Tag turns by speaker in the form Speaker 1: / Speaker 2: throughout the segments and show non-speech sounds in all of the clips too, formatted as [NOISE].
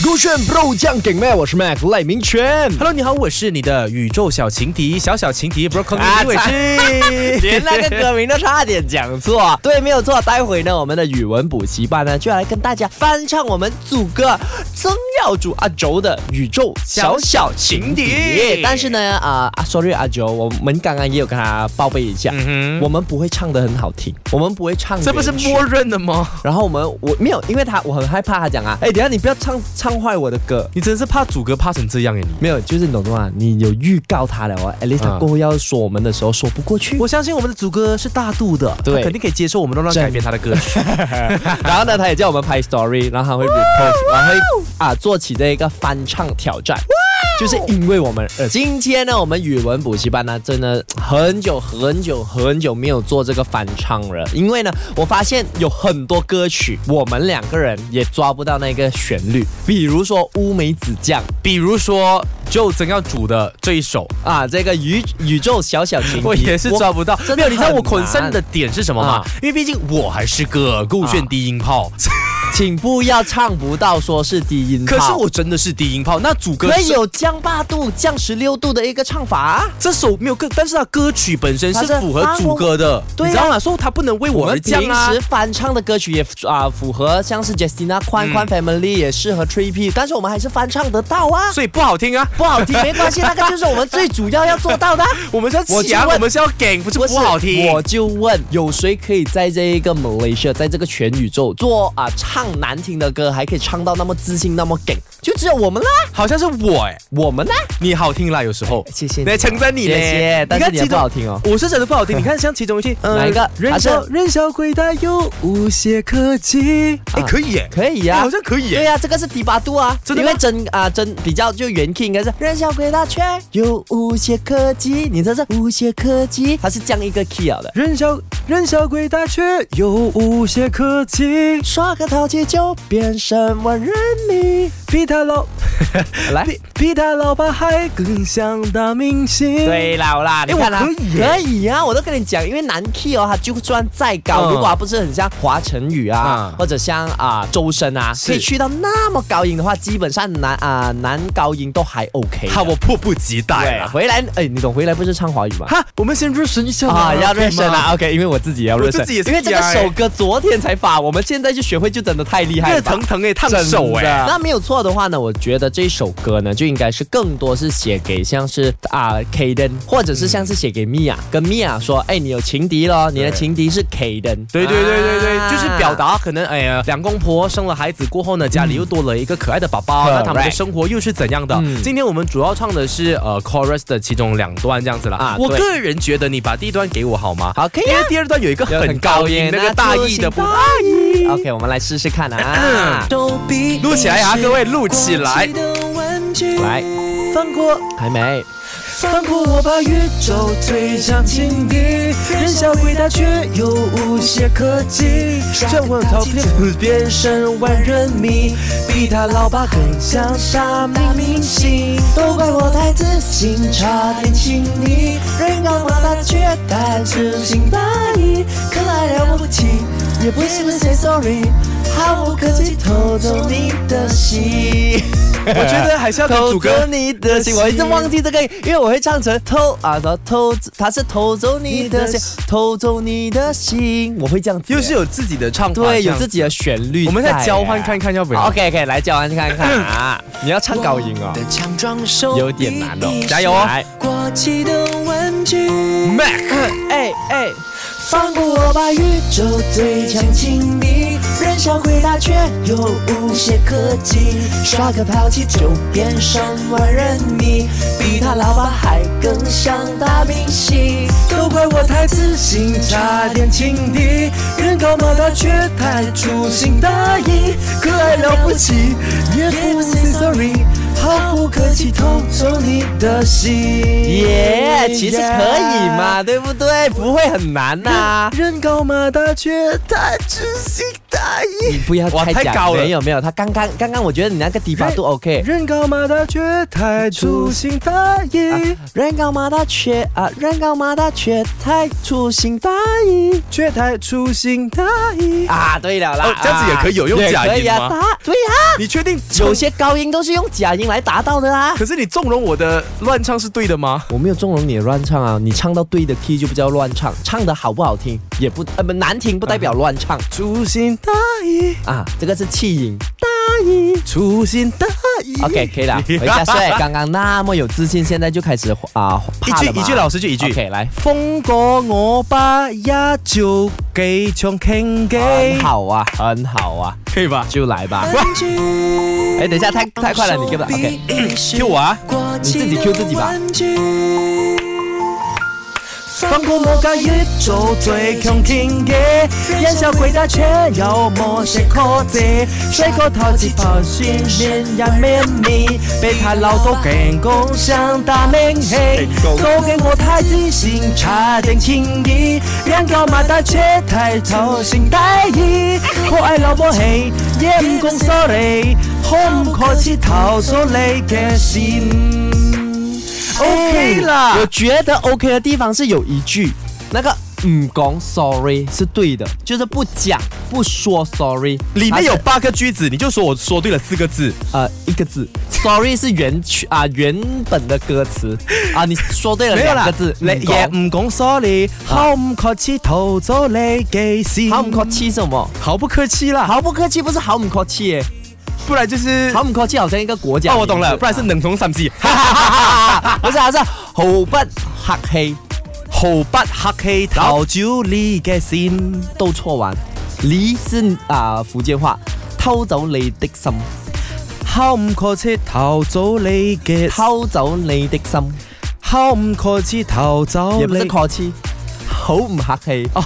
Speaker 1: 勾选 Pro 酱给麦，我是 Mac 赖明全。
Speaker 2: Hello，你好，我是你的宇宙小情敌，小小情敌 Broccoli
Speaker 1: 啊
Speaker 2: 李伟
Speaker 1: [LAUGHS]
Speaker 2: 志。
Speaker 1: 连那个歌名都差点讲错，对，没有错。待会呢，我们的语文补习班呢，就要来跟大家翻唱我们祖哥曾耀祖阿周的《宇宙小小情敌》。但是呢，啊、啊 s o r r y 阿周，我们刚刚也有跟他报备一下，
Speaker 2: 嗯哼，
Speaker 1: 我们不会唱的很好听，我们不会唱，
Speaker 2: 这不是默。认的吗？
Speaker 1: 然后我们我没有，因为他我很害怕他讲啊，哎，等一下你不要唱唱坏我的歌，
Speaker 2: 你真是怕主歌怕成这样哎你！
Speaker 1: 没有，就是你懂的嘛，你有预告他了哦，at least 他
Speaker 2: 嗯
Speaker 1: 过后要说我们的时候说不过去。
Speaker 2: 我相信我们的主歌是大度的，
Speaker 1: 对
Speaker 2: 他 [LAUGHS] 肯定可以接受我们乱乱改编他的歌曲。
Speaker 1: 然后呢，他也叫我们拍 story，然后还会 repost，然后会啊做起这一个翻唱挑战。就是因为我们呃，今天呢，我们语文补习班呢，真的很久很久很久没有做这个翻唱了，因为呢，我发现有很多歌曲我们两个人也抓不到那个旋律，比如说乌梅子酱
Speaker 2: [LAUGHS] 比如说，就曾耀祖的这一首，
Speaker 1: 啊，这个宇宇宙小小情敌，
Speaker 2: 我也是抓不到。
Speaker 1: 真的
Speaker 2: 没有，你知道我
Speaker 1: 很
Speaker 2: 捆
Speaker 1: 难
Speaker 2: 身的点是什么吗
Speaker 1: 啊？
Speaker 2: 因为毕竟我还是个够炫啊低音炮，
Speaker 1: 请不要唱不到说是低音炮
Speaker 2: 可是我真的是低音炮。那主歌
Speaker 1: 可以
Speaker 2: 是
Speaker 1: 有降八度、降十六度的一个唱法啊。
Speaker 2: 这首没有歌，但是它歌曲本身
Speaker 1: 它
Speaker 2: 是
Speaker 1: 是
Speaker 2: 符合主歌的，
Speaker 1: 对啊
Speaker 2: 你知道吗？所以它不能为
Speaker 1: 我
Speaker 2: 我而
Speaker 1: 们
Speaker 2: 降
Speaker 1: 平
Speaker 2: 啊
Speaker 1: 时。翻唱的歌曲也啊、符合，像是 Justina
Speaker 2: 嗯
Speaker 1: 宽宽 Family 也适合 t r i P，但是我们还是翻唱得到
Speaker 2: [LAUGHS]
Speaker 1: 啊。
Speaker 2: 所以不好听啊！
Speaker 1: 不好听没关系，那个就是我们最主要要做到的啊。
Speaker 2: [LAUGHS] 我们是要
Speaker 1: 我就
Speaker 2: 强，
Speaker 1: 问
Speaker 2: 我们是要 gang，不是
Speaker 1: 是
Speaker 2: 不好听。
Speaker 1: 我就问有谁可以在这一个 Malaysia，在这个全宇宙做啊、唱难听的歌，还可以唱到那么自信，那么梗，就只有我们啦，
Speaker 2: 好像是我哎，
Speaker 1: 我们啦。
Speaker 2: 你好听啦，有时候。
Speaker 1: 谢谢你啊
Speaker 2: 来称赞你
Speaker 1: 谢
Speaker 2: 嘞
Speaker 1: 谢，但是
Speaker 2: 看
Speaker 1: 你也
Speaker 2: 其
Speaker 1: 不
Speaker 2: 中
Speaker 1: 好听哦。
Speaker 2: 我是真的不好
Speaker 1: [LAUGHS]
Speaker 2: 听，你看像其中一句，呃
Speaker 1: 哪一个还
Speaker 2: 人
Speaker 1: 是
Speaker 2: 小人小鬼大有无懈可击，哎，
Speaker 1: 啊
Speaker 2: 可以耶，
Speaker 1: 可以呀、
Speaker 2: 哎好像可以
Speaker 1: 对
Speaker 2: 耶。
Speaker 1: 呀、这个是第八度啊，
Speaker 2: 真的
Speaker 1: 因
Speaker 2: 吗
Speaker 1: 为真啊、真比较就原 key 应该是人小鬼大圈有无懈可击，你这是无懈可击，它是降一个 key 啊了的。
Speaker 2: 人小人小鬼大却有无懈可击，
Speaker 1: 耍个淘气就变身万人迷，
Speaker 2: 比他老
Speaker 1: 来。
Speaker 2: 比比他老爸还更像大明星。
Speaker 1: 对了啦，你
Speaker 2: 哎
Speaker 1: 看啊
Speaker 2: 我可以耶
Speaker 1: 可以啊，我都跟你讲，因为男 key 哦，他就算再高，
Speaker 2: 嗯
Speaker 1: 如果他不是很像华晨宇哦啊
Speaker 2: 嗯，
Speaker 1: 或者像啊周深啊，
Speaker 2: 是
Speaker 1: 可以去到那么高音的话，基本上男啊男高音都还 OK 啊的。
Speaker 2: 好，我迫不及待
Speaker 1: 对，
Speaker 2: 了。
Speaker 1: 回来哎，你懂回来不是唱华语吗？
Speaker 2: 哈，我们先热身一下
Speaker 1: 啊，
Speaker 2: 嘛
Speaker 1: 要
Speaker 2: 可以
Speaker 1: 热身
Speaker 2: 吗
Speaker 1: 啊，OK，因为我自己也要热身，
Speaker 2: 我自己也是
Speaker 1: 因为这个
Speaker 2: PR
Speaker 1: 首歌昨天才发，我们现在就学会就真的太厉害
Speaker 2: 热
Speaker 1: 了吧。
Speaker 2: 腾腾哎，烫
Speaker 1: 真的
Speaker 2: 手哎。
Speaker 1: 那没有错的话呢，我觉得这首歌呢就应该是更多是写给像是啊、Kaden，或者是像是写给 Mia，、跟 Mia 说，哎，你有情敌咯，你的情敌是 Kaden，
Speaker 2: 对对对对对，
Speaker 1: 啊
Speaker 2: 就是表达可能哎呀，两公婆生了孩子过后呢，家里又多了一个可爱的宝宝，
Speaker 1: 嗯 Correct
Speaker 2: 那他们的生活又是怎样的？
Speaker 1: 嗯
Speaker 2: 今天我们主要唱的是呃 chorus 的其中两段这样子了
Speaker 1: 啊
Speaker 2: 啊。我
Speaker 1: 对
Speaker 2: 个人觉得你把第一段给我好吗？
Speaker 1: 好，可以
Speaker 2: 因
Speaker 1: 啊
Speaker 2: 为，第二段有一个
Speaker 1: 有
Speaker 2: 很高音，那个大意的部分。
Speaker 1: 分。OK，我们来试试看啊，
Speaker 2: 录起来啊，各位录起来。
Speaker 1: 来，
Speaker 2: 放过
Speaker 1: 还没。
Speaker 2: 放过我吧，宇宙最强情敌，人小鬼大却又无懈可击。转换逃避，变身万人迷，比他老爸更像大明星。
Speaker 3: 都怪我太自信，差点亲你。人高马大却太知心大意，可爱了不起，也不喜欢 say sorry，毫不客气偷走你的
Speaker 2: [LAUGHS]
Speaker 3: 心。
Speaker 2: 我觉得还是要跟
Speaker 1: 偷走
Speaker 2: 主歌。
Speaker 1: 你的心，我一直忘记这个，因为我会唱成偷啊，偷偷，他是偷走你的
Speaker 2: 你的
Speaker 1: 心
Speaker 2: 心，
Speaker 1: 偷走你的心，我会这样子，
Speaker 2: 又是有自己的唱法，
Speaker 1: 对，
Speaker 2: 这
Speaker 1: 有
Speaker 2: 样
Speaker 1: 自己的旋律，
Speaker 2: 我们再交换看。看，要不要？
Speaker 1: OK，可以来交换看
Speaker 2: [LAUGHS]
Speaker 1: 看啊！你要唱高音哦，有点难哦，加油哦！来
Speaker 3: 过期的玩具。
Speaker 2: Mac，
Speaker 1: 哎哎，
Speaker 3: 放过我吧，宇宙最强情敌，人小鬼大却又无懈可击，耍个淘气就变身万人迷，比他老爸还更像大明星。都怪我太自信，差点情敌，人高马大却太粗心大意，可爱了不起，也不 say sorry，毫不客气偷走你的
Speaker 2: 哎
Speaker 3: 心。
Speaker 1: 耶，其实可以啊嘛，对不对？不会很难呐。
Speaker 2: 人高马大却太知心
Speaker 3: 大
Speaker 1: 你
Speaker 3: 意。
Speaker 1: 不要
Speaker 2: 哇
Speaker 1: 太
Speaker 2: 太
Speaker 1: 假
Speaker 2: 高了哎
Speaker 1: 没有没有，他刚刚刚刚我觉得你那个低八度 OK。
Speaker 2: 人高马大却太粗心大意，
Speaker 1: 人高马大却啊，人高马大却太粗心大意
Speaker 2: 却太粗心大意。
Speaker 1: 啊！对了啦，
Speaker 2: 哦这样子也可以有用
Speaker 1: 也
Speaker 2: 假
Speaker 1: 可以
Speaker 2: 音
Speaker 1: 啊
Speaker 2: 吗
Speaker 1: 打对啊，
Speaker 2: 你确定
Speaker 1: 有？些高音都是用假音来达到的啦。
Speaker 2: 可是你纵容我的乱唱是对的吗？
Speaker 1: 我没有纵容你乱唱啊，你唱到对的 key 就不叫乱唱，唱的好不好听也不呃不难听不代表乱唱
Speaker 2: 粗心大意，
Speaker 1: 啊，这个是气 [LAUGHS] 音。大意
Speaker 2: 粗心大意。
Speaker 1: OK 可以了，回家睡。刚刚那么有自信，现在就开始啊
Speaker 2: 一
Speaker 1: 怕
Speaker 2: 句
Speaker 1: 了嘛
Speaker 2: 一句，老师就一句。
Speaker 1: OK 来，
Speaker 2: 风过我把一照几场
Speaker 1: 很
Speaker 2: 倾偈，
Speaker 1: 好啊，很好啊，
Speaker 2: 可以吧？
Speaker 1: 就来吧。
Speaker 3: 哎
Speaker 1: 哎，等一下，太太快了，你根本 OK。
Speaker 2: Q 我啊！
Speaker 3: 你
Speaker 1: 你自己 Q 自己吧。
Speaker 3: 放过我家宇宙最強健嘅，忍受鬼打車有冇食可借？水個頭接頭先面人面面，被太老到勁工想打名氣，究竟我太自信差點天意，人夠馬打車太頭先低意，我愛老婆氣，也唔講 sorry，可唔可以投訴你嘅線？
Speaker 1: OK 啦，
Speaker 3: 哎
Speaker 1: 我觉得 OK 的地方是有一句，那个嗯，讲 sorry 是对的，就是不讲不说 sorry，
Speaker 2: 里
Speaker 1: 但
Speaker 2: 面
Speaker 1: 是
Speaker 2: 有八个句子，你就说我说对了四个字。
Speaker 1: 呃一个字，sorry 是原曲啊原本的歌词啊，你说对了两个字，
Speaker 2: 你
Speaker 1: 嗯
Speaker 2: 也
Speaker 1: 讲
Speaker 2: 唔讲啊 sorry，毫唔客气投咗你嘅線
Speaker 1: 毫不客，气是什么？
Speaker 2: 毫不客气啦，
Speaker 1: 毫不客气不是毫不客气耶，
Speaker 2: 不然就是
Speaker 1: 毫不客气好像一个国家。
Speaker 2: 哦，我懂了，不然是能从三字，
Speaker 1: [LAUGHS] 不是啊，是毫不客气，
Speaker 2: 毫不客气投咗你嘅線。
Speaker 1: 都错完，离是啊、福建话，偷走你的心，
Speaker 2: 毫唔客气投咗你嘅，
Speaker 1: 偷走你的心。
Speaker 2: 毫唔客气投走
Speaker 1: 也不是
Speaker 2: 你。
Speaker 1: 客气，好唔客气，哦，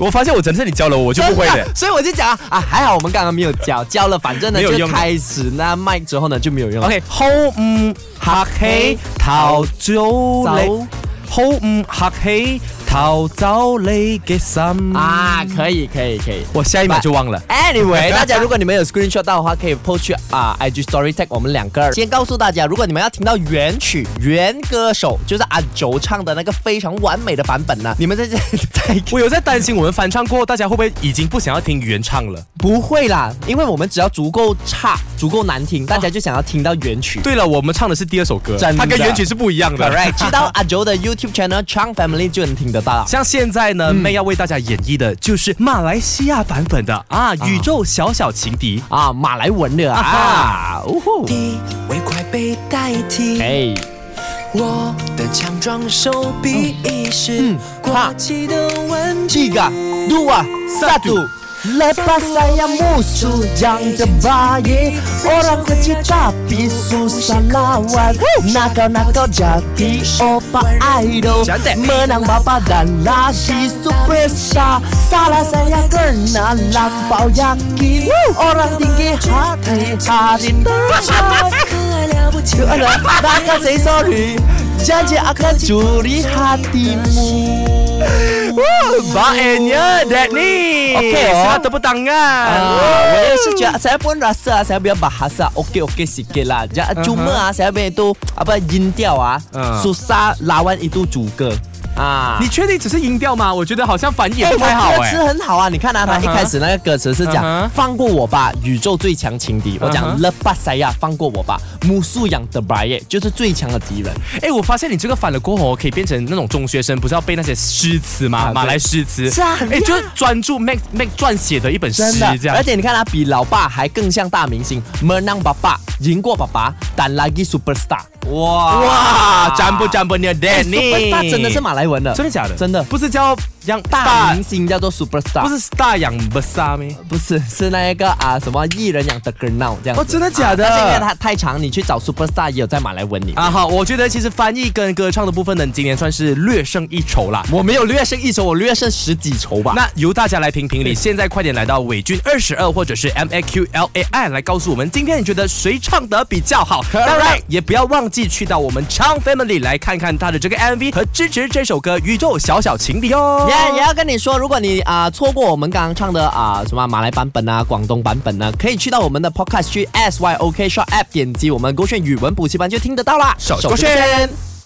Speaker 2: 我发现我真是你教了我，我就不会
Speaker 1: 真
Speaker 2: 了 [LAUGHS]
Speaker 1: 的。 [LAUGHS] 所以我就讲啊，啊还好我们刚刚没有教，教了反正呢
Speaker 2: 没有
Speaker 1: 就
Speaker 2: 用的
Speaker 1: 开始那麦之后呢就没有用了。
Speaker 2: OK，好唔客气投走你
Speaker 1: 走，
Speaker 2: 好唔客氣投走你嘅心。
Speaker 1: 啊，可以可以可以。
Speaker 2: 我下一秒就忘了。
Speaker 1: [LAUGHS] Anyway，大家如果你们有 screenshot 到的话，可以 post 去啊、IG Story tag 我们两个人。先告诉大家，如果你们要听到原曲、原歌手，就是阿轴唱的那个非常完美的版本啊 [LAUGHS] 呢，你们在这在
Speaker 2: 我有在担心我们翻唱过后，大家会不会已经不想要听原唱了？
Speaker 1: 不会啦，因为我们只要足够差、足够难听，大家就想要听到原曲。
Speaker 2: 对了，我们唱的是第二首歌，
Speaker 1: 真的
Speaker 2: 它跟原曲是不一样的。
Speaker 1: Correct，去到阿周的 YouTube channel Chang Family 就能听得到了。
Speaker 2: 像现在呢，妹要为大家演绎的就是马来西亚版本的啊，《宇宙小小情敌》。
Speaker 1: 啊，马来文的啊，哦吼，
Speaker 3: 地位快被代替，
Speaker 1: 哎，
Speaker 3: 我的强壮手臂已是
Speaker 1: 嗯
Speaker 3: 过
Speaker 1: 怕
Speaker 3: 期的玩
Speaker 1: [LAUGHS]
Speaker 3: 具。
Speaker 1: tiga dua satu。Lepas saya musuh yang terbaik Orang kecil tapi susah lawan Nakal-nakal jadi opa idol
Speaker 2: Cantik.
Speaker 1: Menang bapak dan lagi superstar Salah saya kena lampau yakin Orang tinggi hati hari tersak
Speaker 3: 可爱了不起，
Speaker 1: Alah, takkan say sorry Janji akan curi hatimu
Speaker 2: Baiknya, Dadney.
Speaker 1: Okey, oh.
Speaker 2: Selamat bertangan.
Speaker 1: 啊，我也是觉得，saya pun rasa 啊 saya biar bahasa okey okey sikit lah. Ja,
Speaker 2: Uh-huh
Speaker 1: Cuma ah, saya punya itu apa yin tiao ah,
Speaker 2: Ah.
Speaker 1: susah lawan itu juga. 啊，
Speaker 2: 你确定只是音调吗？我 Ah 觉得好像反应也
Speaker 1: 哎，
Speaker 2: 不太好
Speaker 1: 我
Speaker 2: 哎
Speaker 1: 觉得。很好啊！你看啊，他
Speaker 2: 嗯哼
Speaker 1: 一开始那个歌词是
Speaker 2: 嗯
Speaker 1: 讲
Speaker 2: 哼
Speaker 1: 放过我吧，宇宙最强情敌。我讲
Speaker 2: 嗯哼
Speaker 1: lepas saya 啊放过我吧，musuh yang terbaik 就是最强的敌人。
Speaker 2: 哎，我发现你这个反了过后，可以变成那种中学生，不是要背那些诗词
Speaker 1: 啊
Speaker 2: 吗？
Speaker 1: 对
Speaker 2: 马来诗词
Speaker 1: 是啊很，
Speaker 2: 哎，就是专注 Mac Mac 撰写的一本诗
Speaker 1: 真的
Speaker 2: 这，样
Speaker 1: 而。且你看他啊比老爸还更像大明星，menang bapak 赢过爸爸，dan lagi superstar。哇
Speaker 2: 哇，占卜占卜你的
Speaker 1: 哎 superstar
Speaker 2: Danny，
Speaker 1: 真的是马来文的，
Speaker 2: 真的假的？
Speaker 1: 真的
Speaker 2: 不是叫杨
Speaker 1: 大明星叫做 superstar，
Speaker 2: 不是 star 杨 b s a 咩？
Speaker 1: 不是是那一个啊什么艺人养的 girl now 这样子。
Speaker 2: 哦真的假的
Speaker 1: 啊但是因为它太长，你去找 superstar 也有在马来文里。
Speaker 2: 啊好，我觉得其实翻译跟歌唱的部分呢，今年算是略胜一筹啦。
Speaker 1: 我没有略胜一筹，我略胜十几筹吧。
Speaker 2: 那由大家来评评理，现在快点来到伟俊二十二或者是 M A Q L A I 来告诉我们，今天你觉得谁唱的比较好？当然也不要忘记去到我们 Chang Family 来看看他的这个 MV 和支持这首歌《宇宙小小情敌》哦。
Speaker 1: 耶也也要跟你说，如果你啊、错过我们刚刚唱的啊、什么马来版本啊、广东版本啊，可以去到我们的 podcast 去 S Y O K Shop App 点击我们勾选语文补习班就听得到啦。
Speaker 4: 小
Speaker 1: 手
Speaker 4: 勾
Speaker 1: 勾选。